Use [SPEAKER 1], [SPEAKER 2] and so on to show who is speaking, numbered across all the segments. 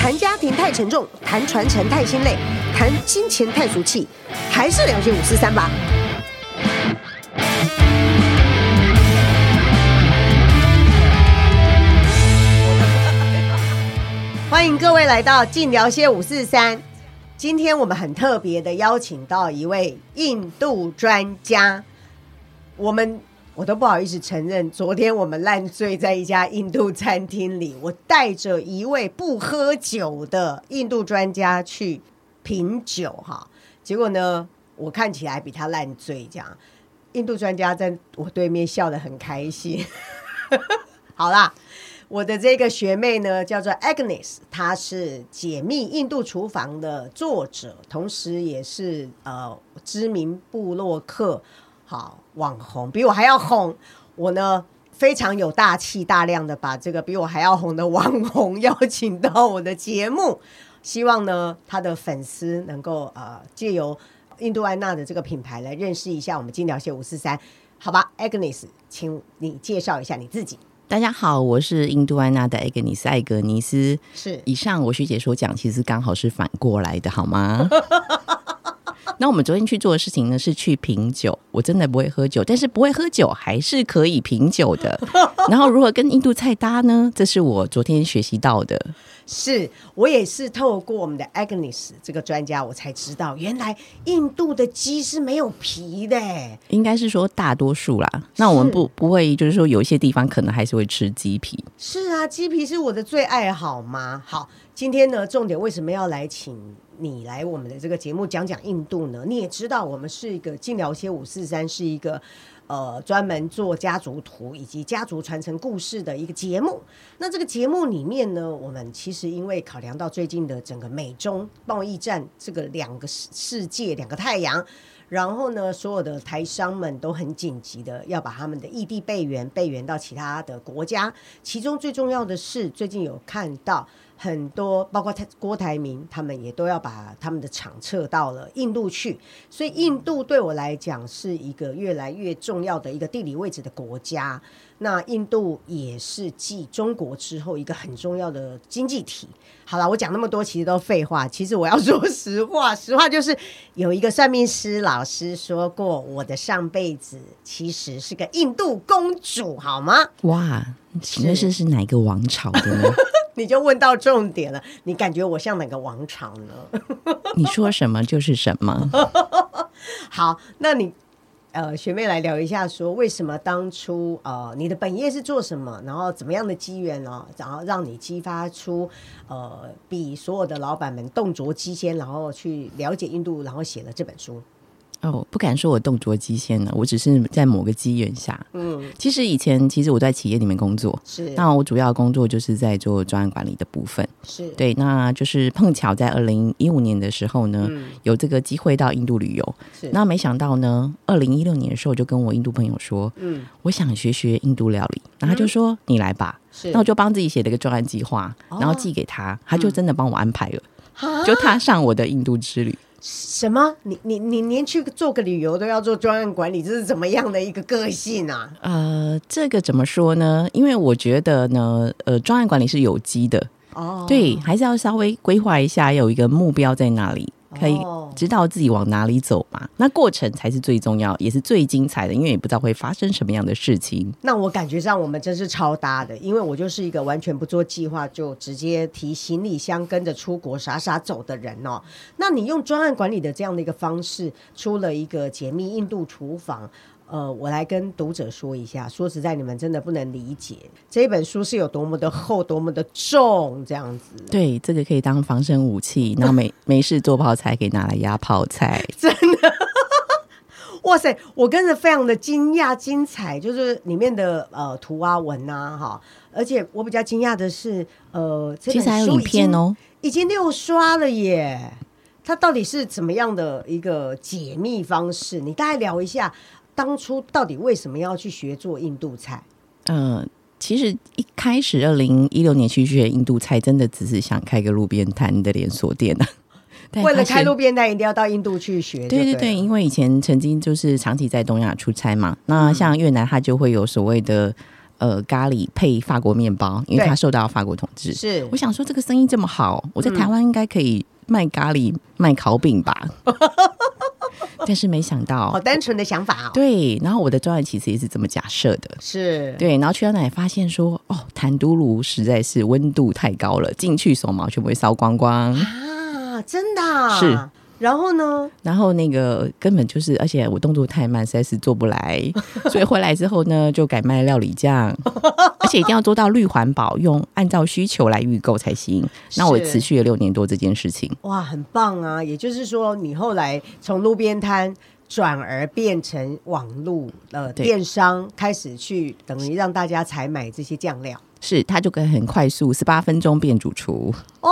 [SPEAKER 1] 谈家庭太沉重，谈传承太心累，谈金钱太俗气，还是聊些五四三吧。 欢迎各位来到尽聊些五四三。今天我们很特别的邀请到一位印度专家，我们我都不好意思承认，昨天我们烂醉在一家印度餐厅里，我带着一位不喝酒的印度专家去品酒哈，结果呢，我看起来比他烂醉这样，印度专家在我对面笑得很开心。 好啦，我的这个学妹呢叫做 Agnes，她是《解密印度厨房》的作者，同时也是呃知名部落客好网红，比我还要红。我呢非常有大气，大量的把这个比我还要红的网红邀请到我的节目，希望呢她的粉丝能够呃借由印度安娜的这个品牌来认识一下我们金聊些五四三。好吧，Agnes，请你介绍一下你自己。
[SPEAKER 2] 大家好，我是印度安娜的艾格尼斯艾格尼斯。
[SPEAKER 1] 是
[SPEAKER 2] 以上我学姐所讲，其实刚好是反过来的，好 吗？那我们昨天去做的事情呢，是去品酒。我真的不会喝酒，但是不会喝酒还是可以品酒的。然后如何跟印度菜搭呢？这是我昨天学习到的。
[SPEAKER 1] 是我也是透过我们的 Agnes 这个专家，我才知道原来印度的鸡是没有皮的欸。
[SPEAKER 2] 应该是说大多数啦。那我们不不会，就是说有一些地方可能还是会吃鸡皮。
[SPEAKER 1] 是啊，鸡皮是我的最爱好吗？好，今天呢，重点为什么要来请你来我们的这个节目讲讲印度呢？你也知道，我们是一个尽聊些五四三是一个。呃，专门做家族图以及家族传承故事的一个节目。那这个节目里面呢，我们其实因为考量到最近的整个美中贸易战这个两个世世界两个太阳，然后呢，所有的台商们都很紧急的要把他们的异地备援备援到其他的国家。其中最重要的是，最近有看到很多，包括台郭台铭他们也都要把他们的厂撤到了印度去。所以，印度对我来讲是一个越来越重要的一个地理位置的国家。那印度也是继中国之后一个很重要的经济体。好了，我讲那么多其实都废话，其实我要说实话，实话就是有一个算命师老师说过，我的上辈子其实是个印度公主，好吗？
[SPEAKER 2] 哇，请问这是哪一个王朝的呢？
[SPEAKER 1] 你就问到重点了，你感觉我像哪个王朝呢？
[SPEAKER 2] 你说什么就是什么。
[SPEAKER 1] 好，那你呃，学妹来聊一下，说为什么当初呃，你的本业是做什么，然后怎么样的机缘哦，然后让你激发出呃，比所有的老板们动辄机先，然后去了解印度，然后写了这本书。
[SPEAKER 2] 哦，不敢说我动辄机先了，我只是在某个机缘下。
[SPEAKER 1] 嗯，
[SPEAKER 2] 其实以前其实我在企业里面工作，
[SPEAKER 1] 是
[SPEAKER 2] 那我主要工作就是在做专案管理的部分。
[SPEAKER 1] 是，
[SPEAKER 2] 对，那就是碰巧在二零一五年的时候呢，
[SPEAKER 1] 嗯
[SPEAKER 2] 有这个机会到印度旅游。
[SPEAKER 1] 是
[SPEAKER 2] 那没想到呢，二零一六年的时候，我就跟我印度朋友说，
[SPEAKER 1] 嗯
[SPEAKER 2] 我想学学印度料理，然后他就说、你来吧。
[SPEAKER 1] 是，哦
[SPEAKER 2] 那我就帮自己写了一个专案计划，然后寄给他，他就真的帮我安排了，
[SPEAKER 1] 啊
[SPEAKER 2] 就踏上我的印度之旅。
[SPEAKER 1] 什么？你你你连去做个旅游都要做专案管理，这是怎么样的一个个性啊？
[SPEAKER 2] 呃，这个怎么说呢？因为我觉得呢，呃，专案管理是有机的，
[SPEAKER 1] 哦，
[SPEAKER 2] 对，还是要稍微规划一下，有一个目标在哪里，可以
[SPEAKER 1] 哦
[SPEAKER 2] 知道自己往哪里走嘛。那过程才是最重要，也是最精彩的，因为也不知道会发生什么样的事情。
[SPEAKER 1] 那我感觉上我们真是超搭的，因为我就是一个完全不做计划就直接提行李箱跟着出国傻傻走的人哦。那你用专案管理的这样的一个方式，出了一个解密印度厨房。呃，我来跟读者说一下，说实在，你们真的不能理解这本书是有多么的厚、多么的重，这样子，
[SPEAKER 2] 对，这个可以当防身武器，然后 没没事做泡菜可以拿来压泡菜。
[SPEAKER 1] 哇塞，我跟着非常的惊讶、精彩，就是里面的呃图啊、文啊，哈，而且我比较惊讶的是，呃， 这
[SPEAKER 2] 其
[SPEAKER 1] 本
[SPEAKER 2] 实还有
[SPEAKER 1] 书
[SPEAKER 2] 影
[SPEAKER 1] 已经
[SPEAKER 2] 片哦，
[SPEAKER 1] 已经六刷了耶！它到底是怎么样的一个解密方式？你大概聊一下，当初到底为什么要去学做印度菜？
[SPEAKER 2] 嗯、其实一 开始二零一六年去学印度菜，真的只是想开个路边摊的连锁店啊。对
[SPEAKER 1] 为了
[SPEAKER 2] 发现
[SPEAKER 1] 开路便当，一定要到印度去学就
[SPEAKER 2] 对
[SPEAKER 1] 对
[SPEAKER 2] 对
[SPEAKER 1] 了
[SPEAKER 2] 对，，因为以前曾经就是长期在东亚出差嘛，那像越南，它就会有所谓的呃咖喱配法国面包，因为
[SPEAKER 1] 对
[SPEAKER 2] 它受到法国统治。
[SPEAKER 1] 是
[SPEAKER 2] 我想说这个生意这么好，我在台湾应该可以卖咖喱、卖烤饼 吧，但是没想
[SPEAKER 1] 好
[SPEAKER 2] 到，
[SPEAKER 1] 哦单纯的想法哦，
[SPEAKER 2] 对。然后我的专案其实也是这么假设的，
[SPEAKER 1] 是，
[SPEAKER 2] 对。然后去到那里发现说，哦，谭都炉实在是温度太高了，进去手毛全部会烧光光。
[SPEAKER 1] 啊，真的啊
[SPEAKER 2] 是。
[SPEAKER 1] 然后呢？
[SPEAKER 2] 然后那个根本就是，而且我动作太慢，实在是做不来，所以回来之后呢，就改卖料理酱，而且一定要做到绿环保，用按照需求来预购才行。那我
[SPEAKER 1] 是
[SPEAKER 2] 持续了六年多这件事情，
[SPEAKER 1] 哇，很棒啊！也就是说，你后来从路边摊转而变成网路呃
[SPEAKER 2] 对
[SPEAKER 1] 电商，开始去等于让大家采买这些酱料。
[SPEAKER 2] 是它就可以很快速，十八分钟变主厨。
[SPEAKER 1] 哦，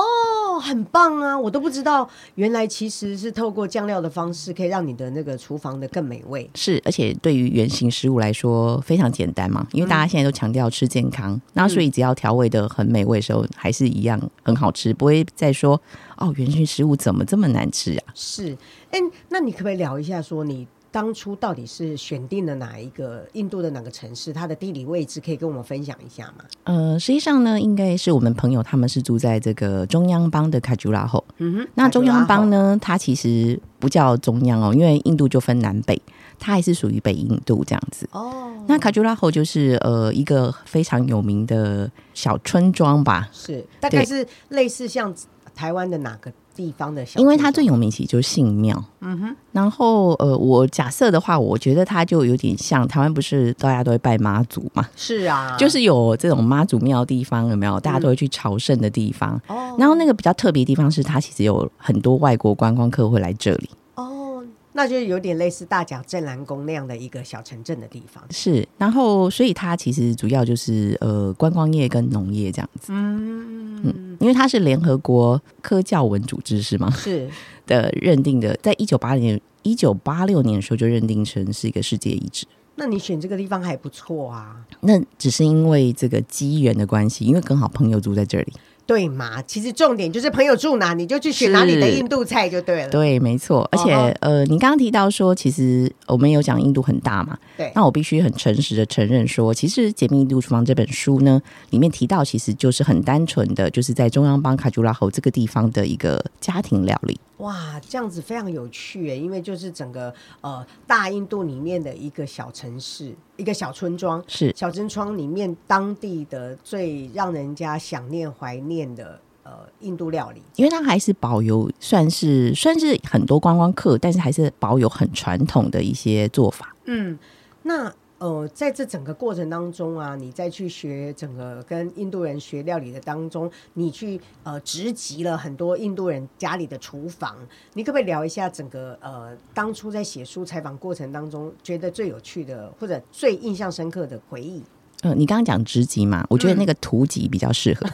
[SPEAKER 1] 很棒啊！我都不知道，原来其实是透过酱料的方式，可以让你的那个厨房的更美味。
[SPEAKER 2] 是，而且对于原型食物来说非常简单嘛，因为大家现在都强调吃健康，那所以只要调味的很美味的时候，还是一样很好吃，不会再说哦，原型食物怎么这么难吃啊？
[SPEAKER 1] 是，哎，那你可不可以聊一下，说你当初到底是选定了哪一个印度的哪个城市？它的地理位置可以跟我们分享一下吗？
[SPEAKER 2] 呃，实际上呢，应该是我们朋友他们是住在这个中央邦的卡朱拉后。
[SPEAKER 1] 嗯哼
[SPEAKER 2] 那中央邦
[SPEAKER 1] 呢？
[SPEAKER 2] 呢，它其实不叫中央哦，因为印度就分南北，它还是属于北印度这样子。
[SPEAKER 1] 哦，
[SPEAKER 2] 那卡朱拉后就是呃一个非常有名的小村庄吧，
[SPEAKER 1] 是，大概
[SPEAKER 2] 对
[SPEAKER 1] 是类似像台湾的哪个地方的小村庄？
[SPEAKER 2] 因为它最有名其实就是信庙。嗯哼。然后呃，我假设的话，我觉得它就有点像台湾，不是大家都会拜妈祖嘛，
[SPEAKER 1] 是啊，
[SPEAKER 2] 就是有这种妈祖庙的地方，有没有？大家都会去朝圣的地方。
[SPEAKER 1] 哦
[SPEAKER 2] 然后那个比较特别的地方是，它其实有很多外国观光客会来这里。
[SPEAKER 1] 哦，那就有点类似大甲镇澜宫那样的一个小城镇的地方。
[SPEAKER 2] 是，然后所以它其实主要就是呃观光业跟农业这样子，
[SPEAKER 1] 嗯，
[SPEAKER 2] 因为它是联合国科教文组织是吗？
[SPEAKER 1] 是
[SPEAKER 2] 的认定的，在一九八零年一九八六年的时候就认定成是一个世界遗址。
[SPEAKER 1] 那你选这个地方还不错啊，
[SPEAKER 2] 那只是因为这个机缘的关系，因为刚好朋友住在这里。
[SPEAKER 1] 对嘛？其实重点就是朋友住哪，你就去选哪里的
[SPEAKER 2] 是
[SPEAKER 1] 印度菜就对了。
[SPEAKER 2] 对，没错。而且、
[SPEAKER 1] 哦
[SPEAKER 2] 呃，你刚刚提到说，其实呃我们有讲印度很大嘛，
[SPEAKER 1] 对
[SPEAKER 2] 那我必须很诚实的承认说，其实《解密印度厨房》这本书呢，里面提到其实就是很单纯的，就是在中央邦卡朱拉侯这个地方的一个家庭料理。
[SPEAKER 1] 哇，这样子非常有趣耶！因为就是整个呃大印度里面的一个小城市，一个小村庄，
[SPEAKER 2] 是
[SPEAKER 1] 小村庄里面当地的最让人家想念怀念的呃印度料理。
[SPEAKER 2] 因为它还是保有算是算是很多观光客，但是还是保有很传统的一些做法。
[SPEAKER 1] 嗯，那呃在这整个过程当中啊，你再去学整个跟印度人学料理的当中，你去呃直击了很多印度人家里的厨房。你可不可以聊一下整个呃当初在写书采访过程当中，觉得最有趣的或者最印象深刻的回忆？
[SPEAKER 2] 呃，你刚刚讲职级嘛，我觉得那个图级比较适合，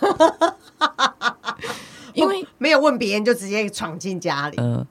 [SPEAKER 2] 因为
[SPEAKER 1] 没有问别人就直接闯进家里，
[SPEAKER 2] 呃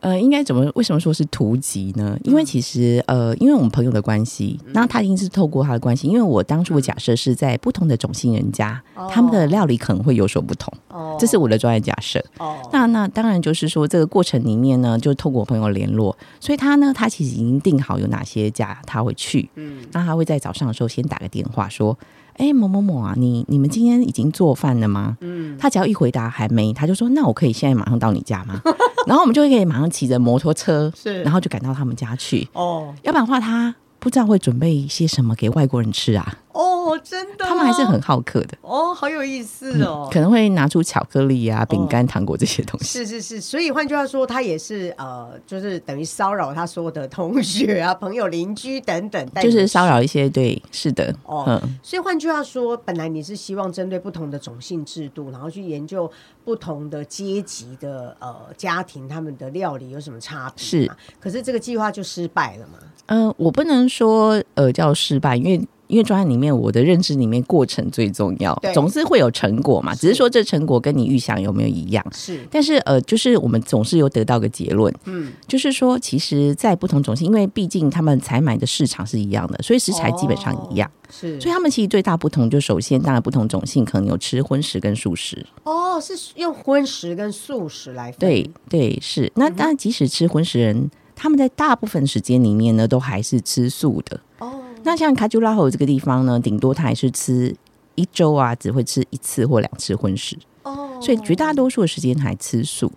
[SPEAKER 2] 呃，应该怎么为什么说是图集呢？因为其实呃，因为我们朋友的关系，那他一定是透过他的关系，因为我当初的假设是在不同的种姓人家，他们的料理可能会有所不同，
[SPEAKER 1] 哦
[SPEAKER 2] 这是我的专业假设。
[SPEAKER 1] 哦，
[SPEAKER 2] 那那当然就是说，这个过程里面呢，就透过朋友联络，所以他呢，他其实已经定好有哪些家他会去，
[SPEAKER 1] 嗯，
[SPEAKER 2] 那他会在早上的时候先打个电话说。哎，某某某啊，你你们今天已经做饭了吗？嗯，他只要一回答还没，他就说那我可以现在马上到你家吗？ 然后我们就可以马上骑着摩托车，
[SPEAKER 1] 是
[SPEAKER 2] 然后就赶到他们家去。
[SPEAKER 1] 哦
[SPEAKER 2] 要不然的话，他不知道会准备一些什么给外国人吃 啊，
[SPEAKER 1] 哦，真的哦，
[SPEAKER 2] 他们还是很嗯好客的，
[SPEAKER 1] 哦，好有意思哦。
[SPEAKER 2] 可能会拿出巧克力啊、饼干、糖果这些东西。
[SPEAKER 1] 是是是，所以换句话说，他也是呃，就是等于骚扰他所有的同学啊、 朋友、邻居等等，带
[SPEAKER 2] 就
[SPEAKER 1] 你
[SPEAKER 2] 是
[SPEAKER 1] 去
[SPEAKER 2] 骚。扰一些，对，是的，
[SPEAKER 1] 哦
[SPEAKER 2] 嗯，
[SPEAKER 1] 所以换句话说，本来你是希望针对不同的种姓制度，然后去研究不同的阶级的呃家庭他们的料理有什么差别，
[SPEAKER 2] 是。
[SPEAKER 1] 可是这个计划就失败了嘛？
[SPEAKER 2] 呃，我不能说呃叫失败，因为因为专案里面我的认知里面过程最重要
[SPEAKER 1] 对，
[SPEAKER 2] 总是会有成果嘛，只是说这成果跟你预想有没有一样。
[SPEAKER 1] 是，
[SPEAKER 2] 但是呃，就是我们总是有得到个结论，
[SPEAKER 1] 嗯，
[SPEAKER 2] 就是说，其实，在不同种姓，因为毕竟他们采买的市场是一样的，所以食材基本上一样，
[SPEAKER 1] 是，
[SPEAKER 2] 所以他们其实最大不同就首先，当然不同种姓可能有吃荤食跟素食，
[SPEAKER 1] 哦，是用荤食跟素食来分，
[SPEAKER 2] 对对是。
[SPEAKER 1] 嗯
[SPEAKER 2] 那当然，即使吃荤食人，他们在大部分时间里面呢，都还是吃素的。
[SPEAKER 1] 哦，
[SPEAKER 2] 那像卡朱拉侯这个地方呢，顶多他还是吃一周啊，只会吃一次或两次荤食，
[SPEAKER 1] 哦，
[SPEAKER 2] 所以绝大多数的时间还吃素。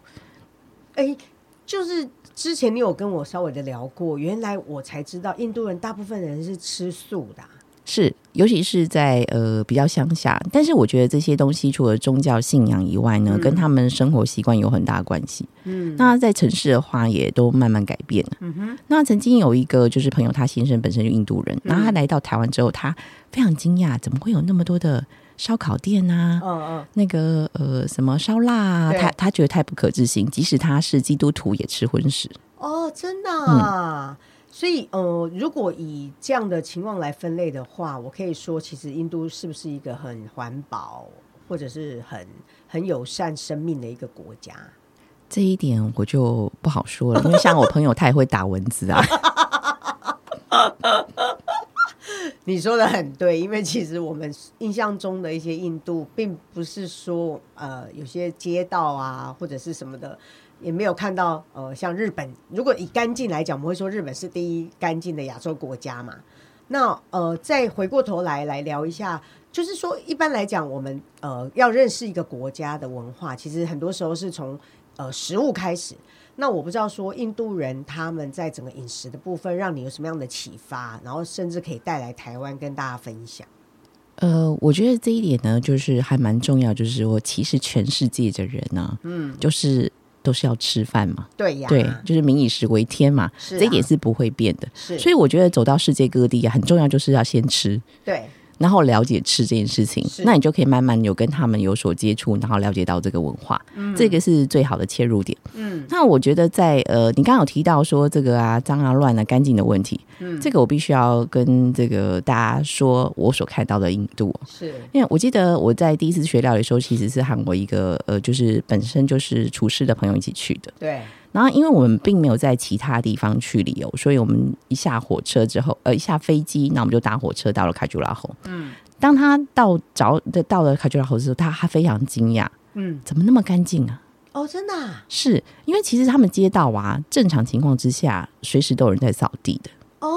[SPEAKER 1] 哎，就是之前你有跟我稍微的聊过，原来我才知道印度人大部分人是吃素的啊、
[SPEAKER 2] 是，尤其是在呃比较乡下，但是我觉得这些东西除了宗教信仰以外呢，跟他们生活习惯有很大关系。嗯，那在城市的话，也都慢慢改变了。嗯哼，那曾经有一个就是朋友，他先生本身就印度人，然后他来到台湾之后，他非常惊讶，怎么会有那么多的烧烤店啊？
[SPEAKER 1] 嗯嗯，
[SPEAKER 2] 那个呃，什么烧腊啊，
[SPEAKER 1] 对
[SPEAKER 2] 他他觉得太不可置信。即使他是基督徒，也吃荤食。
[SPEAKER 1] 哦，真的、啊。所以，呃，如果以这样的情况来分类的话，我可以说，其实印度是不是一个很环保，或者是很很友善生命的一个国家？
[SPEAKER 2] 这一点我就不好说了，因为像我朋友他也会打蚊子啊，
[SPEAKER 1] 你说的很对，因为其实我们印象中的一些印度，并不是说呃有些街道啊或者是什么的，也没有看到呃像日本，如果以干净来讲，我们会说日本是第一干净的亚洲国家嘛。那呃，再回过头来来聊一下，就是说一般来讲，我们呃要认识一个国家的文化，其实很多时候是从呃食物开始。那我不知道说印度人他们在整个饮食的部分，让你有什么样的启发，然后甚至可以带来台湾跟大家分享。
[SPEAKER 2] 呃，我觉得这一点呢，就是还蛮重要，就是说，其实全世界的人呢、嗯，就是都是要吃饭嘛，
[SPEAKER 1] 对呀，
[SPEAKER 2] 对，就是民以食为天嘛，
[SPEAKER 1] 是啊
[SPEAKER 2] 这一点是不会变的。
[SPEAKER 1] 是，
[SPEAKER 2] 所以我觉得走到世界各地啊，很重要就是要先吃，
[SPEAKER 1] 对，
[SPEAKER 2] 然后了解吃这件事情
[SPEAKER 1] 是，
[SPEAKER 2] 那你就可以慢慢有跟他们有所接触，然后了解到这个文化，这个是最好的切入点。
[SPEAKER 1] 嗯，
[SPEAKER 2] 那我觉得在呃，你刚刚有提到说这个啊脏啊乱啊干净的问题，嗯，这个我必须要跟这个大家说，我所看到的印度哦。
[SPEAKER 1] 是，
[SPEAKER 2] 因为我记得我在第一次学料理的时候，其实是和我一个呃，就是本身就是厨师的朋友一起去的。
[SPEAKER 1] 对，
[SPEAKER 2] 然后，因为我们并没有在其他地方去旅游，所以我们一下火车之后，呃，一下飞机，那我们就搭火车到了卡朱拉侯。嗯，当他到着的到了卡朱拉侯之后，他他非常惊讶，
[SPEAKER 1] 嗯，
[SPEAKER 2] 怎么那么干净啊？
[SPEAKER 1] 哦，真的啊、
[SPEAKER 2] 是因为其实他们街道啊，正常情况之下，随时都有人在扫地的。
[SPEAKER 1] 哦，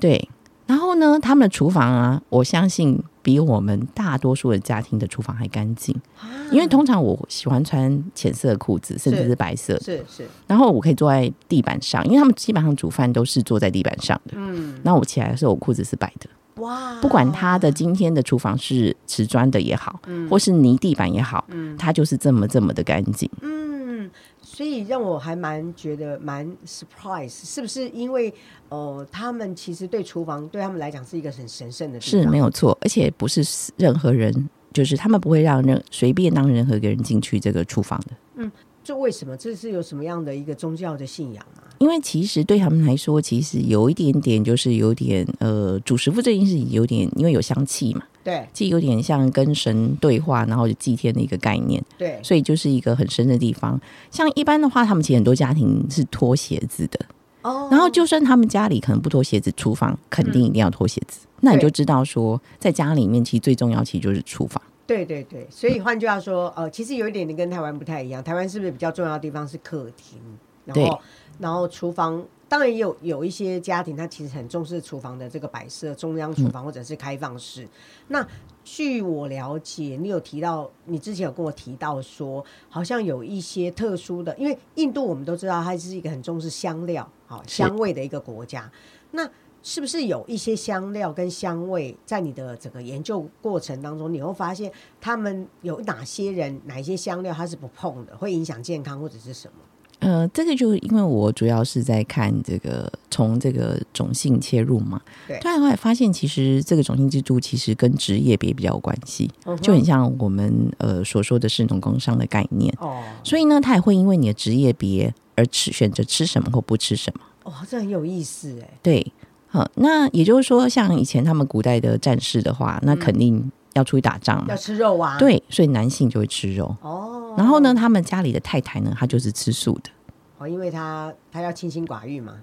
[SPEAKER 2] 对，然后呢，他们的厨房啊，我相信比我们大多数的家庭的厨房还干净，
[SPEAKER 1] 啊
[SPEAKER 2] 因为通常我喜欢穿浅色的裤子，甚至
[SPEAKER 1] 是
[SPEAKER 2] 是白色的，
[SPEAKER 1] 是是，
[SPEAKER 2] 然后我可以坐在地板上，因为他们基本上煮饭都是坐在地板上的。
[SPEAKER 1] 嗯，啊
[SPEAKER 2] 那我起来的时候，我裤子是白的，
[SPEAKER 1] 哇，
[SPEAKER 2] 不管他的今天的厨房是瓷砖的也好，
[SPEAKER 1] 嗯
[SPEAKER 2] 或是泥地板也好，它就是这么这么的干净。
[SPEAKER 1] 嗯，所以让我还蛮觉得蛮 surprise，是不是因为呃，他们其实对厨房对他们来讲是一个很神圣的地
[SPEAKER 2] 是
[SPEAKER 1] 方
[SPEAKER 2] 没有错，而且不是任何人，就是他们不会让任随便让任何一个人进去这个厨房的，
[SPEAKER 1] 就为什么这是有什么样的一个宗教的信仰吗？
[SPEAKER 2] 因为其实对他们来说，其实有一点点就是有点呃，主食物这件事情有点呃因为有香气嘛，
[SPEAKER 1] 对
[SPEAKER 2] 其实有点像跟神对话，然后祭天的一个概念，
[SPEAKER 1] 对，
[SPEAKER 2] 所以就是一个很深的地方。像一般的话，他们其实很多家庭是脱鞋子的，
[SPEAKER 1] 哦，
[SPEAKER 2] 然后就算他们家里可能不脱鞋子，厨房肯定一定要脱鞋子。那你就
[SPEAKER 1] 对
[SPEAKER 2] 知道说，在家里面其实最重要其实就是厨房。
[SPEAKER 1] 对对对，所以换句话说，呃，其实有一点点跟台湾不太一样。台湾是不是比较重要的地方是客厅，然后
[SPEAKER 2] 对
[SPEAKER 1] 然后厨房，当然也有有一些家庭，他其实很重视厨房的这个摆设，中央
[SPEAKER 2] 嗯
[SPEAKER 1] 厨房或者是开放式。那据我了解，你有提到，你之前有跟我提到说，好像有一些特殊的，因为印度我们都知道，它是一个很重视香料、好
[SPEAKER 2] 是
[SPEAKER 1] 香味的一个国家。那是不是有一些香料跟香味，在你的整个研究过程当中，你会发现他们有哪些人、哪一些香料它是不碰的，会影响健康或者是什么？
[SPEAKER 2] 呃，这个就因为我主要是在看这个从这个种姓切入嘛，
[SPEAKER 1] 对
[SPEAKER 2] 突然后来发现其实这个种姓制度其实跟职业别比较有关系，
[SPEAKER 1] 嗯哼
[SPEAKER 2] 就很像我们呃所说的是农工商的概念，
[SPEAKER 1] 哦
[SPEAKER 2] 所以呢，它也会因为你的职业别而吃选择吃什么或不吃什么。
[SPEAKER 1] 哦，这很有意思哎。
[SPEAKER 2] 对，好，那也就是说，像以前他们古代的战士的话，那肯定要出去打仗嘛
[SPEAKER 1] 嗯要，吃肉啊。，
[SPEAKER 2] 对，所以男性就会吃肉。
[SPEAKER 1] 哦，
[SPEAKER 2] 然后呢，他们家里的太太呢，她就是吃素的。
[SPEAKER 1] 哦，因为他他要清心寡欲 嘛，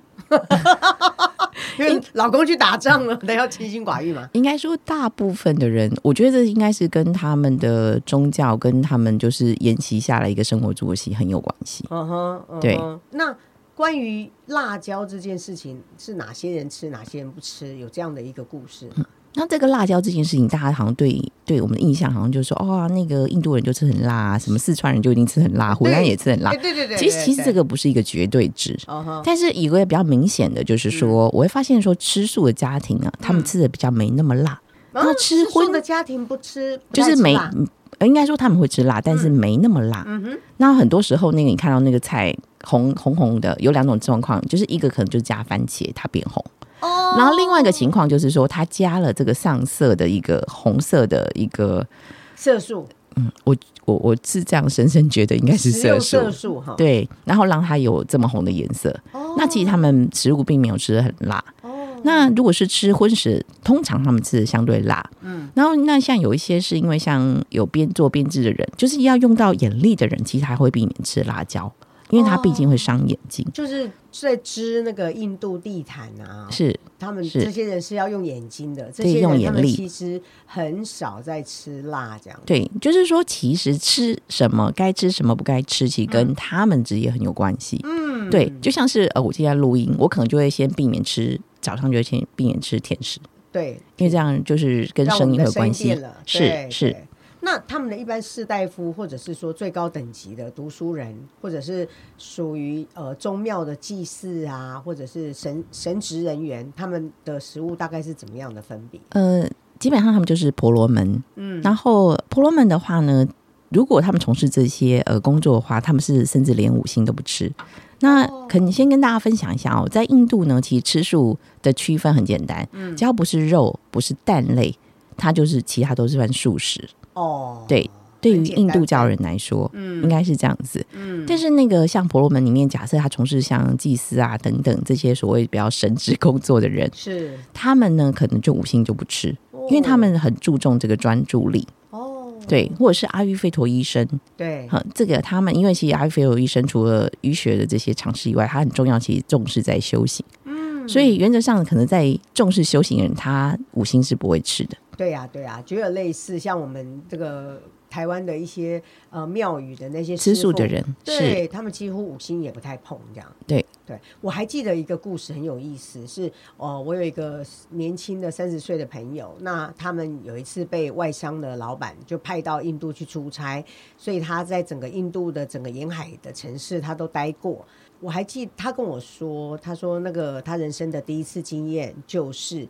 [SPEAKER 1] 因为老公去打仗了，他要清心寡欲嘛。
[SPEAKER 2] 应该说，大部分的人，我觉得这应该是跟他们的宗教跟他们就是沿袭下来一个生活作息很有关系。
[SPEAKER 1] 嗯哼，嗯
[SPEAKER 2] 对
[SPEAKER 1] 哼。那关于辣椒这件事情，是哪些人吃，哪些人不吃？有这样的一个故事吗？
[SPEAKER 2] 那这个辣椒这件事情，大家好像对对我们的印象好像就是说，哦，那个印度人就吃很辣啊，什么四川人就一定吃很辣，湖南也吃很辣
[SPEAKER 1] 哎。对对对，
[SPEAKER 2] 其实
[SPEAKER 1] 对
[SPEAKER 2] 其实这，
[SPEAKER 1] 对
[SPEAKER 2] 个不是一个绝对值，
[SPEAKER 1] 嗯哼，
[SPEAKER 2] 但是一个比较明显的就是说，
[SPEAKER 1] 嗯
[SPEAKER 2] 我会发现说吃素的家庭啊，他们吃的比较没那么辣，
[SPEAKER 1] 然
[SPEAKER 2] 那
[SPEAKER 1] 后
[SPEAKER 2] 吃
[SPEAKER 1] 素
[SPEAKER 2] 荤
[SPEAKER 1] 的家庭不吃，不
[SPEAKER 2] 就
[SPEAKER 1] 太
[SPEAKER 2] 是
[SPEAKER 1] 吃
[SPEAKER 2] 没
[SPEAKER 1] 辣，
[SPEAKER 2] 呃应该说他们会吃辣，但是没那么辣。
[SPEAKER 1] 嗯哼，
[SPEAKER 2] 那很多时候，那个你看到那个菜红红红的，有两种状况，就是一个可能就加番茄，它变红；
[SPEAKER 1] 哦，
[SPEAKER 2] 然后另外一个情况就是说，它加了这个上色的一个红色的一个，
[SPEAKER 1] 色素
[SPEAKER 2] 我我是这样深深觉得应该是
[SPEAKER 1] 食用
[SPEAKER 2] 色素，
[SPEAKER 1] 色素哈，
[SPEAKER 2] 对，然后让它有这么红的颜色。
[SPEAKER 1] 哦，
[SPEAKER 2] 那其实他们食物并没有吃的很辣。
[SPEAKER 1] 哦，
[SPEAKER 2] 那如果是吃荤食，通常他们吃的相对辣，嗯，然后那像有一些是因为像有边做边制的人，就是要用到眼力的人，其实还会避免吃辣椒，因为它毕竟会伤眼睛。
[SPEAKER 1] 就是在织那个印度地毯啊，
[SPEAKER 2] 是
[SPEAKER 1] 他们
[SPEAKER 2] 是
[SPEAKER 1] 这些人是要用眼睛的，这
[SPEAKER 2] 对
[SPEAKER 1] 些
[SPEAKER 2] 用
[SPEAKER 1] 人
[SPEAKER 2] 眼
[SPEAKER 1] 他们
[SPEAKER 2] 力
[SPEAKER 1] 其实很少在吃辣这样。
[SPEAKER 2] 对，就是说，其实吃什么该吃什么不该吃，其实跟他们职业很有关系。
[SPEAKER 1] 嗯，
[SPEAKER 2] 对，就像是呃，我今天录音，我可能就会先避免吃早上就会先避免吃甜食，
[SPEAKER 1] 对，
[SPEAKER 2] 因为这样就是跟
[SPEAKER 1] 让我
[SPEAKER 2] 声
[SPEAKER 1] 们
[SPEAKER 2] 音
[SPEAKER 1] 的
[SPEAKER 2] 会有关
[SPEAKER 1] 声音
[SPEAKER 2] 系
[SPEAKER 1] 变了。
[SPEAKER 2] 是
[SPEAKER 1] 对
[SPEAKER 2] 是
[SPEAKER 1] 对，那他们的一般士大夫，或者是说最高等级的读书人，或者是属于呃宗庙的祭祀啊，或者是神神职人员，他们的食物大概是怎么样的分别？
[SPEAKER 2] 呃，基本上他们就是婆罗门，嗯，然后婆罗门的话呢，如果他们从事这些呃工作的话，他们是甚至连五星都不吃。那
[SPEAKER 1] 哦
[SPEAKER 2] 可能先跟大家分享一下哦，在印度呢，其实吃素的区分很简单，
[SPEAKER 1] 嗯
[SPEAKER 2] 只要不是肉，不是蛋类，它就是其他都是算素食。
[SPEAKER 1] 哦，
[SPEAKER 2] 对，对于
[SPEAKER 1] 很简单
[SPEAKER 2] 印度教人来说，嗯，应该是这样子，嗯。但是那个像婆罗门里面，假设他从事像祭司啊等等这些所谓比较神职工作的人，
[SPEAKER 1] 是，
[SPEAKER 2] 他们呢可能就五星就不吃，因为他们很注重这个专注力，
[SPEAKER 1] 哦，
[SPEAKER 2] 对，或者是阿育吠陀医生，
[SPEAKER 1] 对，
[SPEAKER 2] 哈，这个他们因为其实阿育吠陀医生除了医学的这些常识以外，他很重要，其实重视在修行，嗯，所以原则上可能在重视修行的人，他五星是不会吃的，
[SPEAKER 1] 对呀、对呀、就有类似像我们这个台湾的一些呃庙宇的那些
[SPEAKER 2] 吃素
[SPEAKER 1] 傅
[SPEAKER 2] 的，人是
[SPEAKER 1] 对他们几乎五星也不太碰这样。
[SPEAKER 2] 对
[SPEAKER 1] 对，我还记得一个故事很有意思，是哦、呃我有一个年轻的三十岁的朋友，那他们有一次被外商的老板就派到印度去出差，所以他在整个印度的整个沿海的城市他都待过。我还记他跟我说，他说那个他人生的第一次经验就是。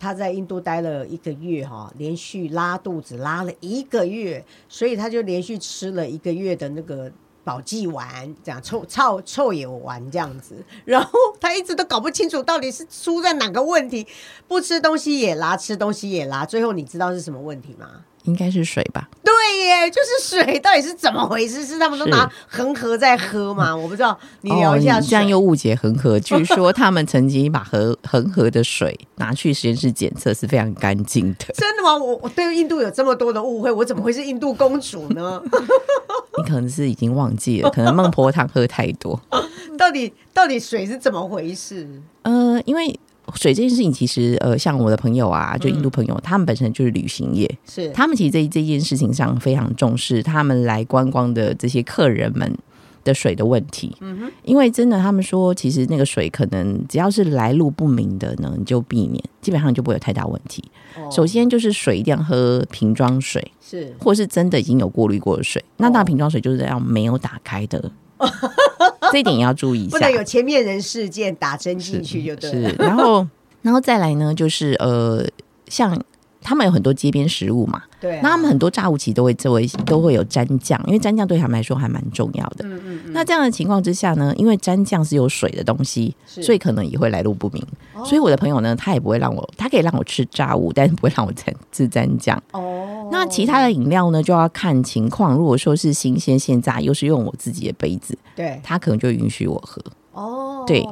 [SPEAKER 1] 他在印度待了一个月哈、连续拉肚子拉了一个月，所以他就连续吃了一个月的那个保济丸，这样臭臭臭也丸这样子，然后他一直都搞不清楚到底是出在哪个问题，不吃东西也拉，吃东西也拉，最后你知道是什么问题吗？
[SPEAKER 2] 应该是水吧？
[SPEAKER 1] 对耶，就是水到底是怎么回事？是他们都
[SPEAKER 2] 是
[SPEAKER 1] 拿恒河在喝吗？我不知道，你
[SPEAKER 2] 哦
[SPEAKER 1] 聊一下
[SPEAKER 2] 你这样
[SPEAKER 1] 水
[SPEAKER 2] 又误解恒河。据说他们曾经把 恒恒河的水拿去实验室检测是非常干净的。
[SPEAKER 1] 真的吗？我我对印度有这么多的误会，我怎么会是印度公主 呢？
[SPEAKER 2] 你可能是已经忘记了，可能孟婆汤喝太多。
[SPEAKER 1] 到底到底水是怎么回事？
[SPEAKER 2] 呃，因为水这件事情，其实呃，像我的朋友啊，
[SPEAKER 1] 嗯
[SPEAKER 2] 就印度朋友，他们本身就是旅行业，
[SPEAKER 1] 是
[SPEAKER 2] 他们其实在这件事情上非常重视他们来观光的这些客人们。的水的问题，嗯、因为真的，他们说其实那个水可能只要是来路不明的呢，你就避免，基本上就不会有太大问题。
[SPEAKER 1] 哦
[SPEAKER 2] 首先就是水一定要喝瓶装水，
[SPEAKER 1] 是
[SPEAKER 2] 或是真的已经有过滤过的水。那
[SPEAKER 1] 哦
[SPEAKER 2] 大瓶装水就是要没有打开的， 这一点也要注意一
[SPEAKER 1] 不
[SPEAKER 2] 下。
[SPEAKER 1] 能有前面人事件打针进
[SPEAKER 2] 是
[SPEAKER 1] 去就对了。
[SPEAKER 2] 嗯是，然后然后再来呢，就是呃，像他们有很多街边食物嘛，
[SPEAKER 1] 对啊、
[SPEAKER 2] 那他们很多炸物其实都会作为都会有蘸酱，因为蘸酱对他们来说还蛮重要的。
[SPEAKER 1] 嗯嗯嗯，
[SPEAKER 2] 那这样的情况之下呢，因为蘸酱是有水的东西，
[SPEAKER 1] 是哦
[SPEAKER 2] 所以可能也会来路不明。所以我的朋友呢，他也不会让我，他可以让我吃炸物，但是不会让我蘸吃蘸酱。
[SPEAKER 1] 哦，
[SPEAKER 2] 那其他的饮料呢，就要看情况。如果说是新鲜现榨，又是用我自己的杯子，
[SPEAKER 1] 对
[SPEAKER 2] 他可能就允许我喝。
[SPEAKER 1] 哦
[SPEAKER 2] 对